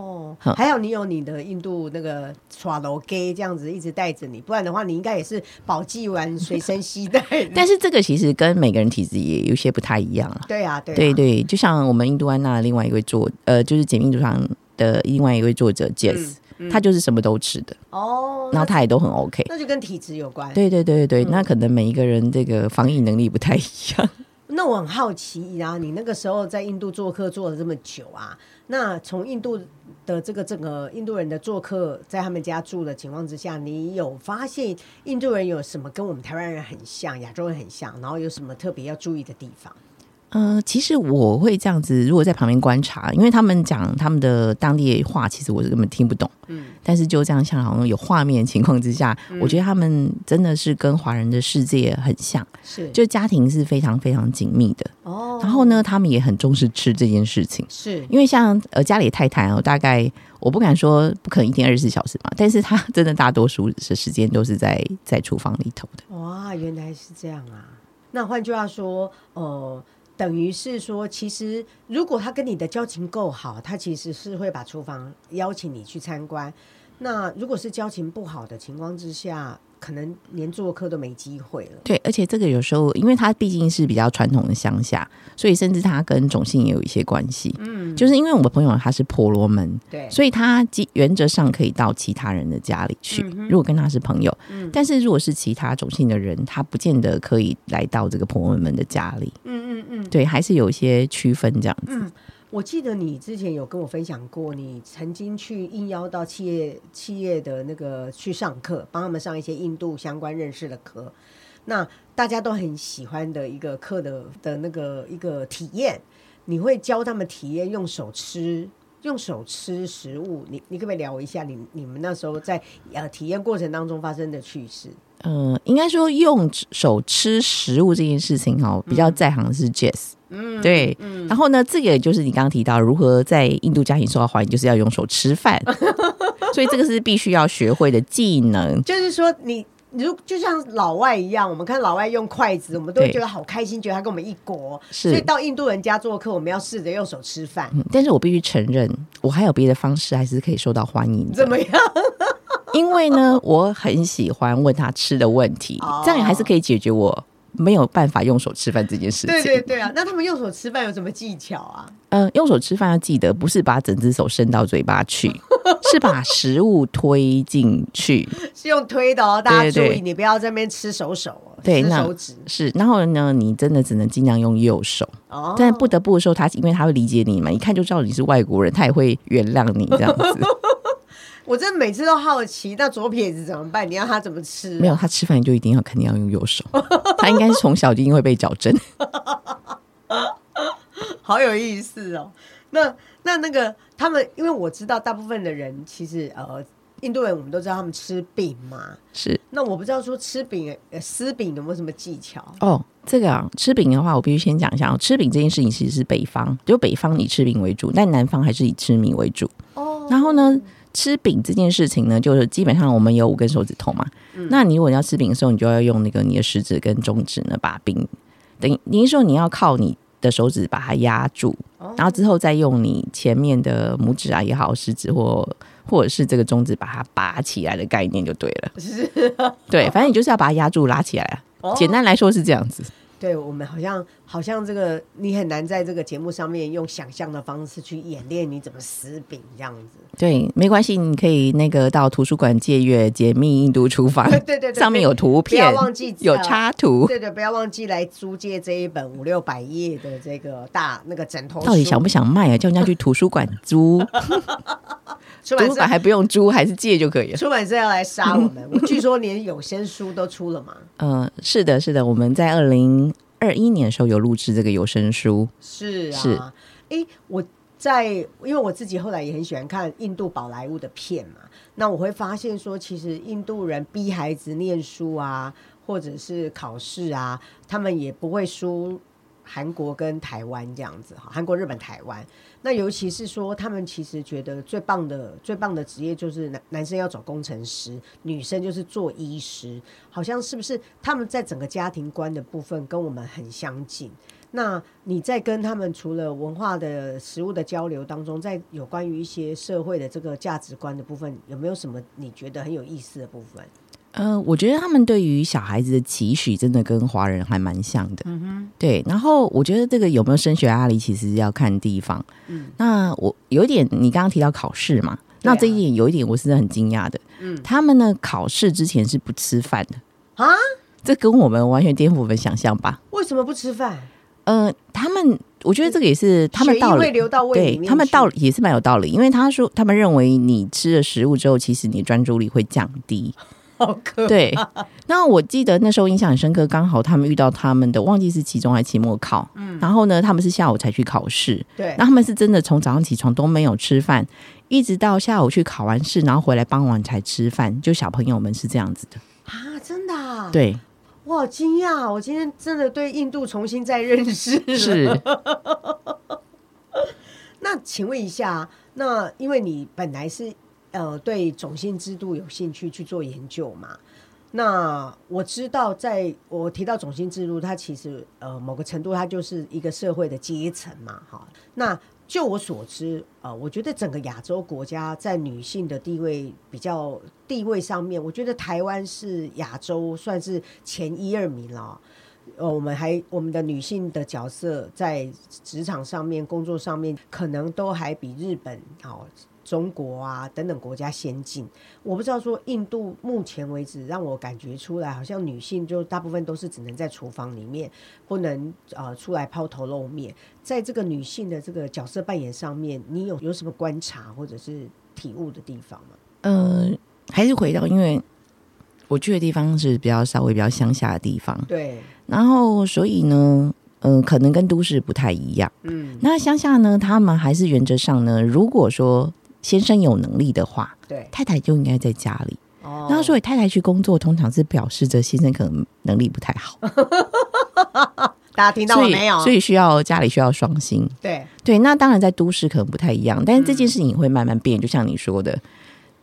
[SPEAKER 2] 哼
[SPEAKER 1] 还好你有你的印度那个 t r a l gay 这样子一直带着你，不然的话你应该也是保济丸随身携带。
[SPEAKER 2] 但是这个其实跟每个人体质也有些不太一样了。
[SPEAKER 1] 对啊，对啊
[SPEAKER 2] 对对，就像我们印度安娜另外一位作，呃，就是《解密主场》的另外一位作者 Jess，、他就是什么都吃的，
[SPEAKER 1] 哦，
[SPEAKER 2] 然后他也都很 OK。
[SPEAKER 1] 那就跟体质有关。
[SPEAKER 2] 对嗯对对对对，那可能每一个人这个防疫能力不太一样。
[SPEAKER 1] 那我很好奇啊，你那个时候在印度做客做了这么久啊，那从印度的这个整个印度人的做客，在他们家住的情况之下，你有发现印度人有什么跟我们台湾人很像，亚洲人很像，然后有什么特别要注意的地方？
[SPEAKER 2] 呃，其实我会这样子，如果在旁边观察，因为他们讲他们的当地话，其实我是根本听不懂。嗯，但是就这样像好像有画面的情况之下，我觉得他们真的是跟华人的世界很像，
[SPEAKER 1] 是
[SPEAKER 2] 就家庭是非常非常紧密的。
[SPEAKER 1] 哦，
[SPEAKER 2] 然后呢，他们也很重视吃这件事情。
[SPEAKER 1] 是
[SPEAKER 2] 因为像呃家里的太太哦，大概我不敢说不可能一天二十四小时嘛，但是她真的大多数的时间都是在在厨房里头的。
[SPEAKER 1] 哇，原来是这样啊！那换句话说，呃，等于是说，其实如果他跟你的交情够好，他其实是会把厨房邀请你去参观。那如果是交情不好的情况之下，可能连做客都没机会了。
[SPEAKER 2] 对，而且这个有时候，因为它毕竟是比较传统的乡下，所以甚至它跟种姓也有一些关系。嗯，就是因为我朋友他是婆罗门，
[SPEAKER 1] 对，
[SPEAKER 2] 所以他基原则上可以到其他人的家里去，如果跟他是朋友。但是如果是其他种姓的人，他不见得可以来到这个婆罗门的家里。
[SPEAKER 1] 嗯嗯嗯。
[SPEAKER 2] 对，还是有一些区分这样子。
[SPEAKER 1] 我记得你之前有跟我分享过，你曾经去应邀到企业企业的那个去上课，帮他们上一些印度相关认识的课。那大家都很喜欢的一个课的的那个一个体验，你会教他们体验用手吃用手吃食物。你你可不可以聊一下你你们那时候在呃体验过程当中发生的趣事？
[SPEAKER 2] 呃，应该说用手吃食物这件事情哦，比较
[SPEAKER 1] 嗯
[SPEAKER 2] 在行的是 Jess。嗯，对，然后呢，这个也就是你刚刚提到如何在印度家庭受到欢迎，就是要用手 吃饭，所以这个是必须要学会的技能。
[SPEAKER 1] 就是说你。你如就像老外一样，我们看老外用筷子，我们都会
[SPEAKER 2] 对
[SPEAKER 1] 觉得好开心，觉得他跟我们一国。
[SPEAKER 2] 是
[SPEAKER 1] 所以到印度人家做客，我们要试着用手吃饭，
[SPEAKER 2] 嗯但是我必须承认，我还有别的方式还是可以受到欢迎的
[SPEAKER 1] 怎，么样？
[SPEAKER 2] 因为呢，我很喜欢问他吃的问题，
[SPEAKER 1] 哦
[SPEAKER 2] 这样也还是可以解决我没有办法用手吃饭这件事
[SPEAKER 1] 对
[SPEAKER 2] 情。
[SPEAKER 1] 对对啊！那他们用手吃饭有什么技巧啊？
[SPEAKER 2] 嗯，用手吃饭要记得，不是把整只手伸到嘴巴去，是把食物推进去。
[SPEAKER 1] 是用推的哦，大家
[SPEAKER 2] 对
[SPEAKER 1] 注
[SPEAKER 2] 对
[SPEAKER 1] 意，
[SPEAKER 2] 对
[SPEAKER 1] 你不要在那边吃手手哦，
[SPEAKER 2] 对，
[SPEAKER 1] 吃
[SPEAKER 2] 那
[SPEAKER 1] 手指
[SPEAKER 2] 是，然后呢，你真的只能尽量用右手。
[SPEAKER 1] 哦。
[SPEAKER 2] 但不得不的时候，他因为他会理解你嘛，一看就知道你是外国人，他也会原谅你这样子。
[SPEAKER 1] 我真的每次都好奇，那左撇子怎么办？你让他怎么吃？
[SPEAKER 2] 没有，他吃饭就一定要肯定要用右手，他应该是从小就一定会被矫正。
[SPEAKER 1] 好有意思哦。那那那个他们，因为我知道大部分的人其实呃，印度人我们都知道他们吃饼嘛。
[SPEAKER 2] 是
[SPEAKER 1] 那我不知道说吃饼呃撕饼有没有什么技巧？
[SPEAKER 2] 哦，这个啊，吃饼的话，我必须先讲一下哦，吃饼这件事情其实是北方，就北方以吃饼为主，但南方还是以吃米为主。
[SPEAKER 1] 哦，
[SPEAKER 2] 然后呢，吃饼这件事情呢，就是基本上我们有五根手指头嘛。
[SPEAKER 1] 嗯
[SPEAKER 2] 那你如果你要吃饼的时候，你就要用那个你的食指跟中指呢，把饼等于你是说你要靠你的手指把它压住，
[SPEAKER 1] 哦
[SPEAKER 2] 然后之后再用你前面的拇指啊也好，食指或或者是这个中指把它拔起来的概念就对了。
[SPEAKER 1] 是啊
[SPEAKER 2] 对，反正你就是要把它压住拉起来啊。
[SPEAKER 1] 哦
[SPEAKER 2] 简单来说是这样子，
[SPEAKER 1] 对我们好像好像这个你很难在这个节目上面用想象的方式去演练你怎么撕饼这样子。
[SPEAKER 2] 对，没关系，你可以那个到图书馆借阅《解密印度厨房》
[SPEAKER 1] 对对对对
[SPEAKER 2] 上面有图
[SPEAKER 1] 不要
[SPEAKER 2] 片，
[SPEAKER 1] 忘记
[SPEAKER 2] 有
[SPEAKER 1] 呃
[SPEAKER 2] 插图，
[SPEAKER 1] 对对，不要忘记来租借这一本五六百页的这个大那个枕头书。
[SPEAKER 2] 到底想不想卖啊？叫人家去图书馆 租，
[SPEAKER 1] 出版
[SPEAKER 2] 图书馆
[SPEAKER 1] 社
[SPEAKER 2] 还不用租，还是借就可以了。
[SPEAKER 1] 出版社要来杀我们？我据说连有声书都出了嘛。
[SPEAKER 2] 嗯、是的，是的，我们在二零二一年的时候有录制这个有声书，
[SPEAKER 1] 是啊，
[SPEAKER 2] 是
[SPEAKER 1] 诶，我在因为我自己后来也很喜欢看印度宝莱坞的片嘛，那我会发现说，其实印度人逼孩子念书啊，或者是考试啊，他们也不会输。韩国跟台湾这样子哈，韩国、日本、台湾，那尤其是说，他们其实觉得最棒的、最棒的职业就是男男生要走工程师，女生就是做医师，好像是不是？他们在整个家庭观的部分跟我们很相近，那你在跟他们除了文化的食物的交流当中，在有关于一些社会的这个价值观的部分，有没有什么你觉得很有意思的部分？
[SPEAKER 2] 呃，我觉得他们对于小孩子的期许真的跟华人还蛮像的。嗯哼，对。然后我觉得这个有没有升学压力，其实要看地方。嗯，那我有一点，你刚刚提到考试嘛，
[SPEAKER 1] 啊
[SPEAKER 2] 那这一点有一点我是很惊讶的。嗯，他们呢考试之前是不吃饭的，
[SPEAKER 1] 啊，
[SPEAKER 2] 这跟我们完全颠覆我们想象吧。
[SPEAKER 1] 为什么不吃饭？
[SPEAKER 2] 呃，他们我觉得这个也是他们
[SPEAKER 1] 血液
[SPEAKER 2] 到了
[SPEAKER 1] 会流到胃里
[SPEAKER 2] 对
[SPEAKER 1] 面
[SPEAKER 2] 他们
[SPEAKER 1] 去
[SPEAKER 2] 道理也是蛮有道理，因为他说他们认为你吃了食物之后，其实你专注力会降低。
[SPEAKER 1] 好 可
[SPEAKER 2] 对，那我记得那时候印象很深刻，刚好他们遇到他们的忘记是期中还是期末考，嗯，然后呢，他们是下午才去考试，
[SPEAKER 1] 对
[SPEAKER 2] 那他们是真的从早上起床都没有吃饭，一直到下午去考完试，然后回来傍晚才吃饭，就小朋友们是这样子的，
[SPEAKER 1] 啊，真的、啊，，
[SPEAKER 2] 对，
[SPEAKER 1] 我好惊讶，我今天真的对印度重新再认识了。
[SPEAKER 2] 是，
[SPEAKER 1] 那请问一下，啊那因为你本来是呃对种姓制度有兴趣去做研究嘛？那我知道在，我提到种姓制度，它其实呃某个程度它就是一个社会的阶层嘛，哈。那就我所知，呃，我觉得整个亚洲国家在女性的地位比较地位上面，我觉得台湾是亚洲算是前一二名了哦。呃，我们还我们的女性的角色在职场上面、工作上面，可能都还比日本、哦、中国啊等等国家先进。我不知道说印度目前为止让我感觉出来，好像女性就大部分都是只能在厨房里面，不能呃出来抛头露面。在这个女性的这个角色扮演上面，你有有什么观察或者是体悟的地方吗？
[SPEAKER 2] 呃，还是回到因为我去的地方是比较稍微比较乡下的地方，
[SPEAKER 1] 对，
[SPEAKER 2] 然后所以呢，嗯，可能跟都市不太一样。
[SPEAKER 1] 嗯，
[SPEAKER 2] 那乡下呢，他们还是原则上呢，如果说先生有能力的话，
[SPEAKER 1] 对，
[SPEAKER 2] 太太就应该在家里。
[SPEAKER 1] 哦
[SPEAKER 2] 那所以太太去工作，通常是表示着先生可能能力不太好，
[SPEAKER 1] 大家听到
[SPEAKER 2] 所
[SPEAKER 1] 了
[SPEAKER 2] 以
[SPEAKER 1] 没有？
[SPEAKER 2] 所以需要家里需要双薪。
[SPEAKER 1] 对，
[SPEAKER 2] 对，那当然在都市可能不太一样，但是这件事情会慢慢变，就像你说的。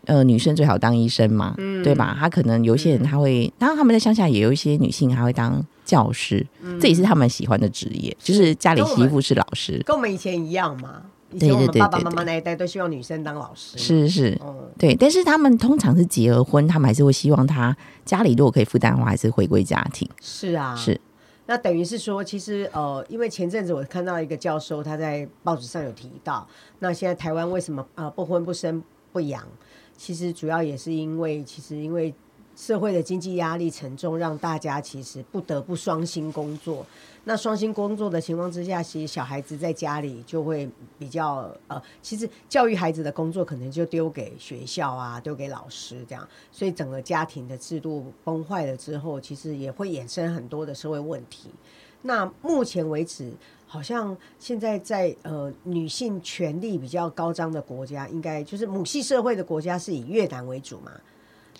[SPEAKER 2] 呃，女生最好当医生嘛，
[SPEAKER 1] 嗯
[SPEAKER 2] 对吧？她可能有一些人她会，当然他们在乡下也有一些女性，她会当教师，
[SPEAKER 1] 嗯
[SPEAKER 2] 这也是他们喜欢的职业，就是家里
[SPEAKER 1] 跟我
[SPEAKER 2] 媳
[SPEAKER 1] 们
[SPEAKER 2] 妇是老师，
[SPEAKER 1] 跟我们以前一样嘛。以
[SPEAKER 2] 对
[SPEAKER 1] 前我们
[SPEAKER 2] 对对
[SPEAKER 1] 爸爸
[SPEAKER 2] 对
[SPEAKER 1] 妈妈
[SPEAKER 2] 对
[SPEAKER 1] 那一代都希望女生当老师，，
[SPEAKER 2] 是是，
[SPEAKER 1] 嗯，
[SPEAKER 2] 对。但是他们通常是结了婚，他们还是会希望他家里如果可以负担的话，还是回归家庭。
[SPEAKER 1] 是啊，
[SPEAKER 2] 是。
[SPEAKER 1] 那等于是说，其实呃，因为前阵子我看到一个教授他在报纸上有提到，那现在台湾为什么呃不婚不生不养，其实主要也是因为，其实因为社会的经济压力沉重，让大家其实不得不双薪工作。那双薪工作的情况之下，其实小孩子在家里就会比较呃，其实教育孩子的工作可能就丢给学校啊，丢给老师这样，所以整个家庭的制度崩坏了之后，其实也会衍生很多的社会问题。那目前为止，好像现在在呃女性权利比较高涨的国家，应该就是母系社会的国家是以越南为主嘛。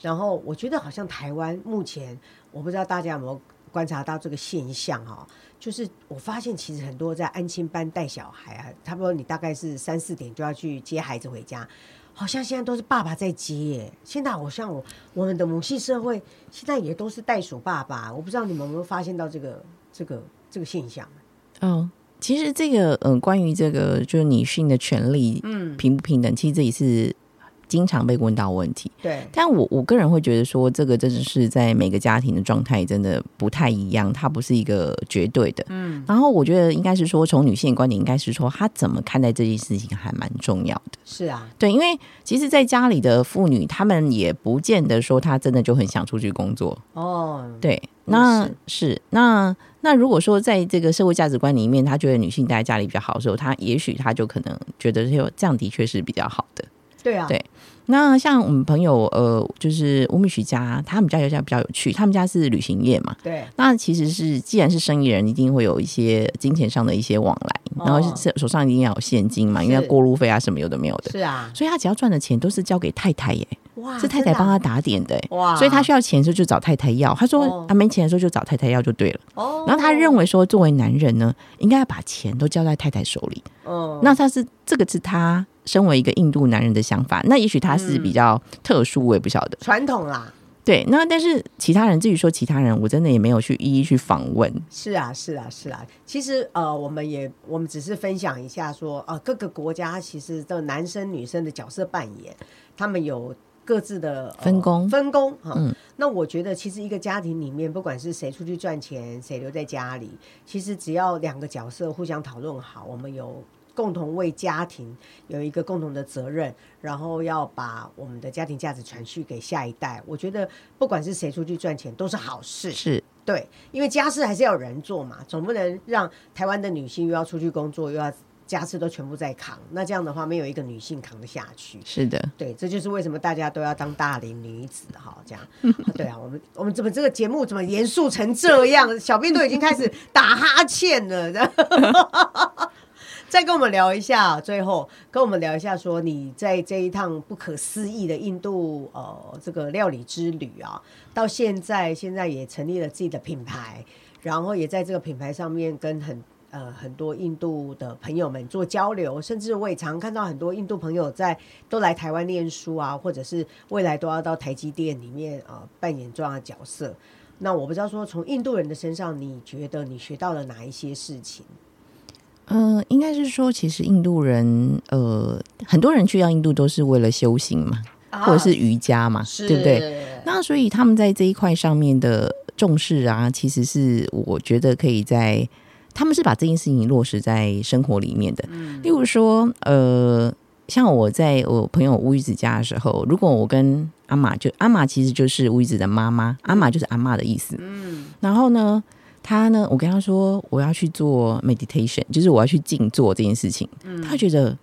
[SPEAKER 1] 然后我觉得好像台湾目前，我不知道大家有没有观察到这个现象哈、哦，就是我发现其实很多在安亲班带小孩啊，差不多你大概是三四点就要去接孩子回家。好像现在都是爸爸在接耶，现在好像我我们的母系社会现在也都是袋鼠爸爸，我不知道你们有没有发现到这个这个这个现象。啊
[SPEAKER 2] 哦，其实这个嗯、呃关于这个就是女性的权利，嗯，平不平等，其实这也是经常被问到问题。
[SPEAKER 1] 对，
[SPEAKER 2] 但我我个人会觉得说，这个真的是在每个家庭的状态真的不太一样，它不是一个绝对的。嗯，然后我觉得应该是说，从女性的观点，应该是说她怎么看待这件事情还蛮重要的。
[SPEAKER 1] 是啊，
[SPEAKER 2] 对，因为其实，在家里的妇女，她们也不见得说她真的就很想出去工作。
[SPEAKER 1] 哦，
[SPEAKER 2] 对，那
[SPEAKER 1] 是
[SPEAKER 2] 是那那如果说在这个社会价值观里面，她觉得女性待在家里比较好的时候，她也许她就可能觉得说这样的确是比较好的。
[SPEAKER 1] 对啊，
[SPEAKER 2] 对那像我们朋友呃，就是乌米许家，他们家有家比较有趣，他们家是旅行业嘛。
[SPEAKER 1] 对
[SPEAKER 2] 那其实是，既然是生意人，一定会有一些金钱上的一些往来，
[SPEAKER 1] 哦
[SPEAKER 2] 然后是手上一定要有现金嘛，因为要
[SPEAKER 1] 是
[SPEAKER 2] 过路费啊什么有的没有的，
[SPEAKER 1] 是啊，
[SPEAKER 2] 所以他只要赚的钱都是交给太太耶、
[SPEAKER 1] 哇，
[SPEAKER 2] 是太太帮
[SPEAKER 1] 啊真的
[SPEAKER 2] 他打点的、耶
[SPEAKER 1] 啊哇，
[SPEAKER 2] 所以他需要钱的时候就找太太要，他说
[SPEAKER 1] 哦
[SPEAKER 2] 他没钱的时候就找太太要就对了。
[SPEAKER 1] 哦，
[SPEAKER 2] 然后他认为说，作为男人呢，应该要把钱都交在太太手里，
[SPEAKER 1] 哦，
[SPEAKER 2] 那他是这个是他
[SPEAKER 1] 嗯
[SPEAKER 2] 身为一个印度男人的想法，那也许他是比较特殊，我也不晓得。
[SPEAKER 1] 传统啦，
[SPEAKER 2] 对，那但是其他人，至于说其他人，我真的也没有去一一去访问。
[SPEAKER 1] 是啊，是啊，是啊。其实呃，我们也我们只是分享一下说，呃，各个国家其实的男生女生的角色扮演，他们有各自的、呃
[SPEAKER 2] 分工
[SPEAKER 1] 分工哈。
[SPEAKER 2] 嗯
[SPEAKER 1] 那我觉得其实一个家庭里面，不管是谁出去赚钱，谁留在家里，其实只要两个角色互相讨论好，我们有。共同为家庭有一个共同的责任，然后要把我们的家庭价值传续给下一代。我觉得不管是谁出去赚钱，都是好事。
[SPEAKER 2] 是，
[SPEAKER 1] 对，因为家事还是要有人做嘛，总不能让台湾的女性又要出去工作，又要家事都全部在扛。那这样的话，没有一个女性扛得下去。
[SPEAKER 2] 是的，
[SPEAKER 1] 对，这就是为什么大家都要当大龄女子哈，这样。 对啊，我们我们怎么这个节目怎么严肃成这样？小编都已经开始打哈欠了。 这样再跟我们聊一下，最后跟我们聊一下，说你在这一趟不可思议的印度呃这个料理之旅啊，到现在现在也成立了自己的品牌，然后也在这个品牌上面跟很呃很多印度的朋友们做交流，甚至我也常看到很多印度朋友在都来台湾念书啊，或者是未来都要到台积电里面啊、呃扮演重要的角色。那我不知道说从印度人的身上，你觉得你学到了哪一些事情？
[SPEAKER 2] 嗯、应该是说，其实印度人，呃，很多人去到印度都是为了修行嘛，或者是瑜伽嘛，对不对？
[SPEAKER 1] 对？
[SPEAKER 2] 那所以他们在这一块上面的重视啊，其实是我觉得可以在他们是把这件事情落实在生活里面的。
[SPEAKER 1] 嗯
[SPEAKER 2] 例如说，呃，像我在我朋友乌鱼子家的时候，如果我跟阿玛就阿玛其实就是乌鱼子的妈妈，阿玛就是阿妈的意思。
[SPEAKER 1] 嗯，
[SPEAKER 2] 然后呢，他呢，我跟他说我要去做 meditation，就是我要去静坐这件事情。
[SPEAKER 1] 嗯
[SPEAKER 2] 他觉得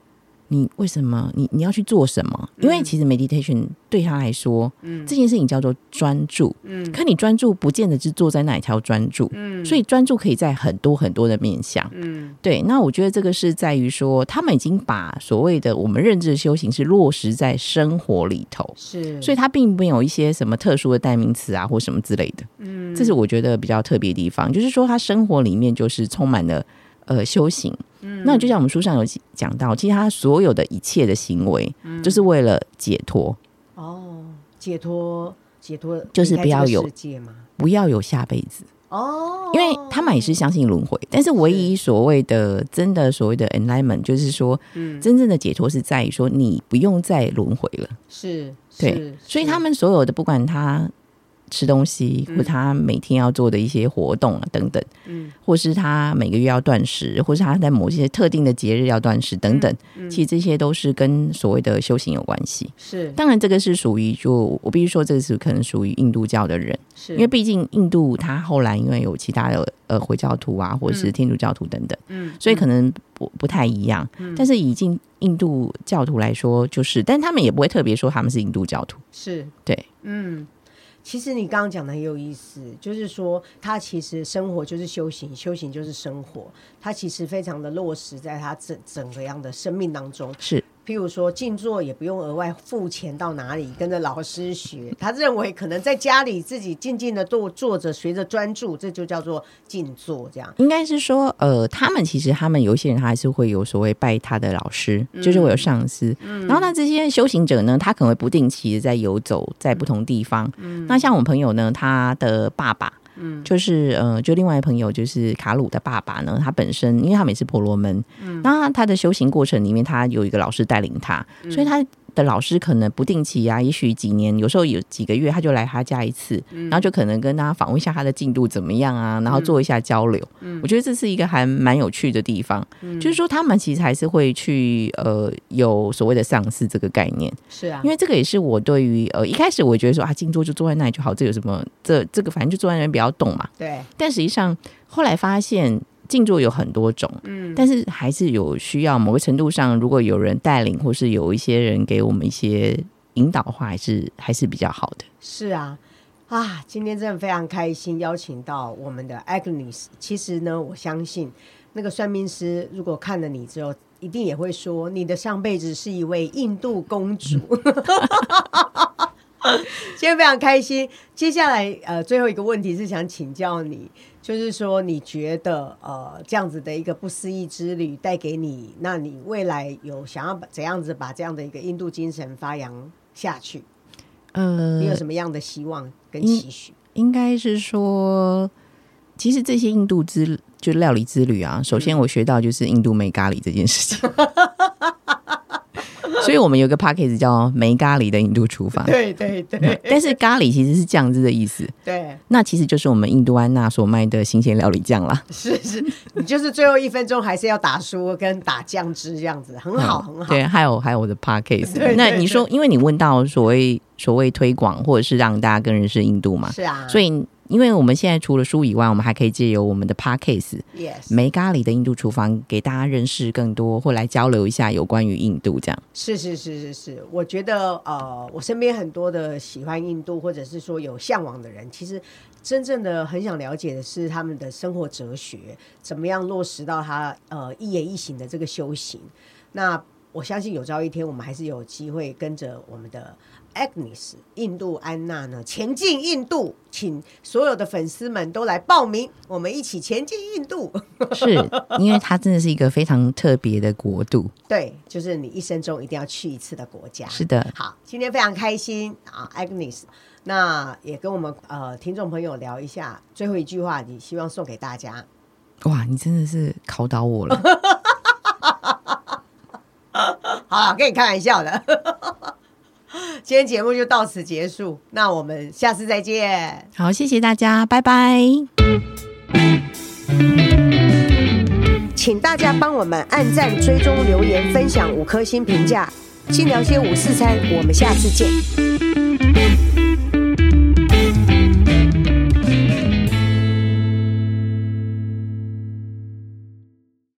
[SPEAKER 2] 你为什么你你要去做什么？因为其实 meditation 对他来说，
[SPEAKER 1] 嗯
[SPEAKER 2] 这件事情叫做专注。
[SPEAKER 1] 嗯
[SPEAKER 2] 可你专注不见得是坐在那一条专注，
[SPEAKER 1] 嗯
[SPEAKER 2] 所以专注可以在很多很多的面向。
[SPEAKER 1] 嗯
[SPEAKER 2] 对，那我觉得这个是在于说，他们已经把所谓的我们认知的修行是落实在生活里头。
[SPEAKER 1] 是，
[SPEAKER 2] 所以它并没有一些什么特殊的代名词啊，或什么之类的。嗯，这是我觉得比较特别的地方，就是说他生活里面就是充满了呃修行。嗯，那就像我们书上有讲到，其实他所有的一切的行为，
[SPEAKER 1] 嗯
[SPEAKER 2] 就是为了解脱，
[SPEAKER 1] 哦，解脱解脱
[SPEAKER 2] 就
[SPEAKER 1] 离
[SPEAKER 2] 是
[SPEAKER 1] 开
[SPEAKER 2] 不
[SPEAKER 1] 这
[SPEAKER 2] 要
[SPEAKER 1] 个
[SPEAKER 2] 有
[SPEAKER 1] 世界嘛。
[SPEAKER 2] 不要有下辈子。
[SPEAKER 1] 哦，
[SPEAKER 2] 因为他们也是相信轮回，但是唯一所谓的真的所谓的 enlightenment，就是说，
[SPEAKER 1] 嗯
[SPEAKER 2] 真正的解脱是在于说你不用再轮回了。
[SPEAKER 1] 是，
[SPEAKER 2] 对
[SPEAKER 1] 是，
[SPEAKER 2] 所以
[SPEAKER 1] 是
[SPEAKER 2] 他们所有的不管他吃东西，或他每天要做的一些活动啊等等，
[SPEAKER 1] 嗯
[SPEAKER 2] 或是他每个月要断食，或是他在某些特定的节日要断食等等，
[SPEAKER 1] 嗯
[SPEAKER 2] 其实这些都是跟所谓的修行有关系。
[SPEAKER 1] 是
[SPEAKER 2] 当然，这个是属于就我必须说，这个是可能属于印度教的人，
[SPEAKER 1] 是，
[SPEAKER 2] 因为毕竟印度它后来因为有其他的呃回教徒啊，或者是天主教徒等等，
[SPEAKER 1] 嗯
[SPEAKER 2] 所以可能不不太一样。但是以进印度教徒来说，就是，但他们也不会特别说他们是印度教徒。
[SPEAKER 1] 是
[SPEAKER 2] 对，
[SPEAKER 1] 嗯。其实你刚刚讲的很有意思，就是说他其实生活就是修行，修行就是生活，他其实非常的落实在他整整个样的生命当中。
[SPEAKER 2] 是
[SPEAKER 1] 譬如说静坐也不用额外付钱到哪里，跟着老师学。他认为可能在家里自己静静的坐坐着，学着专注，这就叫做静坐。这样
[SPEAKER 2] 应该是说，呃，他们其实他们有一些人，他还是会有所谓拜他的老师，就是我有上司。然后那这些修行者呢，他可能会不定期的在游走在不同地方。那像我朋友呢，他的爸爸。嗯，就是呃，就另外一朋友就是卡鲁的爸爸呢，他本身因为他们也是婆罗门，嗯，那他的修行过程里面，他有一个老师带领他，所以他的老师可能不定期啊，也许几年，有时候有几个月，他就来他家一次，然后就可能跟大家访问一下他的进度怎么样啊，然后做一下交流。我觉得这是一个还蛮有趣的地方，就是说他们其实还是会去呃有所谓的上司这个概念，
[SPEAKER 1] 是啊
[SPEAKER 2] 因，为这个也是我对于呃一开始我觉得说啊静坐就坐在那里就好，这有什么这这个反正就坐在那边不要动嘛。
[SPEAKER 1] 对，
[SPEAKER 2] 但实际上后来发现静坐有很多种，
[SPEAKER 1] 嗯，
[SPEAKER 2] 但是还是有需要某个程度上，如果有人带领或是有一些人给我们一些引导的话，还是还是比较好的。
[SPEAKER 1] 是啊，啊，今天真的非常开心，邀请到我们的 Agnes。其实呢，我相信那个算命师如果看了你之后，一定也会说你的上辈子是一位印度公主。 今天非常开心。接下来呃，最后一个问题是想请教你，就是说你觉得呃这样子的一个不思议之旅带给你，那你未来有想要把怎样子把这样的一个印度精神发扬下去？
[SPEAKER 2] 呃
[SPEAKER 1] 你有什么样的希望跟期许？
[SPEAKER 2] 应该是说，其实这些印度之就料理之旅啊，首
[SPEAKER 1] 嗯
[SPEAKER 2] 先我学到就是印度梅咖喱这件事情。 所以我们有个 p a c k a g e 叫“梅咖喱的印度厨房
[SPEAKER 1] 对对对”，
[SPEAKER 2] 但是咖喱其实是酱汁的意思，
[SPEAKER 1] 对，
[SPEAKER 2] 那其实就是我们印度安娜所卖的新鲜料理酱啦。
[SPEAKER 1] 是是， 你就是最后一分钟还是要打输跟打酱汁这样子，很好
[SPEAKER 2] 嗯
[SPEAKER 1] 很好。
[SPEAKER 2] 对，还有还有我的 p a c k a
[SPEAKER 1] 对
[SPEAKER 2] g e 那你说，因为你问到所谓所谓推广或者是让大家更认识印度嘛，
[SPEAKER 1] 是啊，
[SPEAKER 2] 所以因为我们现在除了书以外，我们还可以借由我们的 p a c k a g e
[SPEAKER 1] 以 yes，
[SPEAKER 2] 梅咖喱的印度厨房，给大家认识更多，或来交流一下有关于印度这样。
[SPEAKER 1] 是是是是是，我觉得呃，我身边很多的喜欢印度或者是说有向往的人，其实真正的很想了解的是他们的生活哲学，怎么样落实到他呃一言一行的这个修行。那我相信有朝一天，我们还是有机会跟着我们的 Agnes 印度安娜呢前进印度，请所有的粉丝们都来报名，我们一起前进印度。
[SPEAKER 2] 是因为它真的是一个非常特别的国度。
[SPEAKER 1] 对，就是你一生中一定要去一次的国家。
[SPEAKER 2] 是的，
[SPEAKER 1] 好，今天非常开心啊，Agnes，那也跟我们呃听众朋友聊一下最后一句话，你希望送给大家。
[SPEAKER 2] 哇，你真的是考倒我了。
[SPEAKER 1] 好了，跟你开玩笑的。 今天节目就到此结束，那我们下次再见。
[SPEAKER 2] 好，谢谢大家，拜拜。
[SPEAKER 1] 请大家帮我们按赞、追踪、留言、分享五颗星评价。尽聊些五四餐，我们下次见。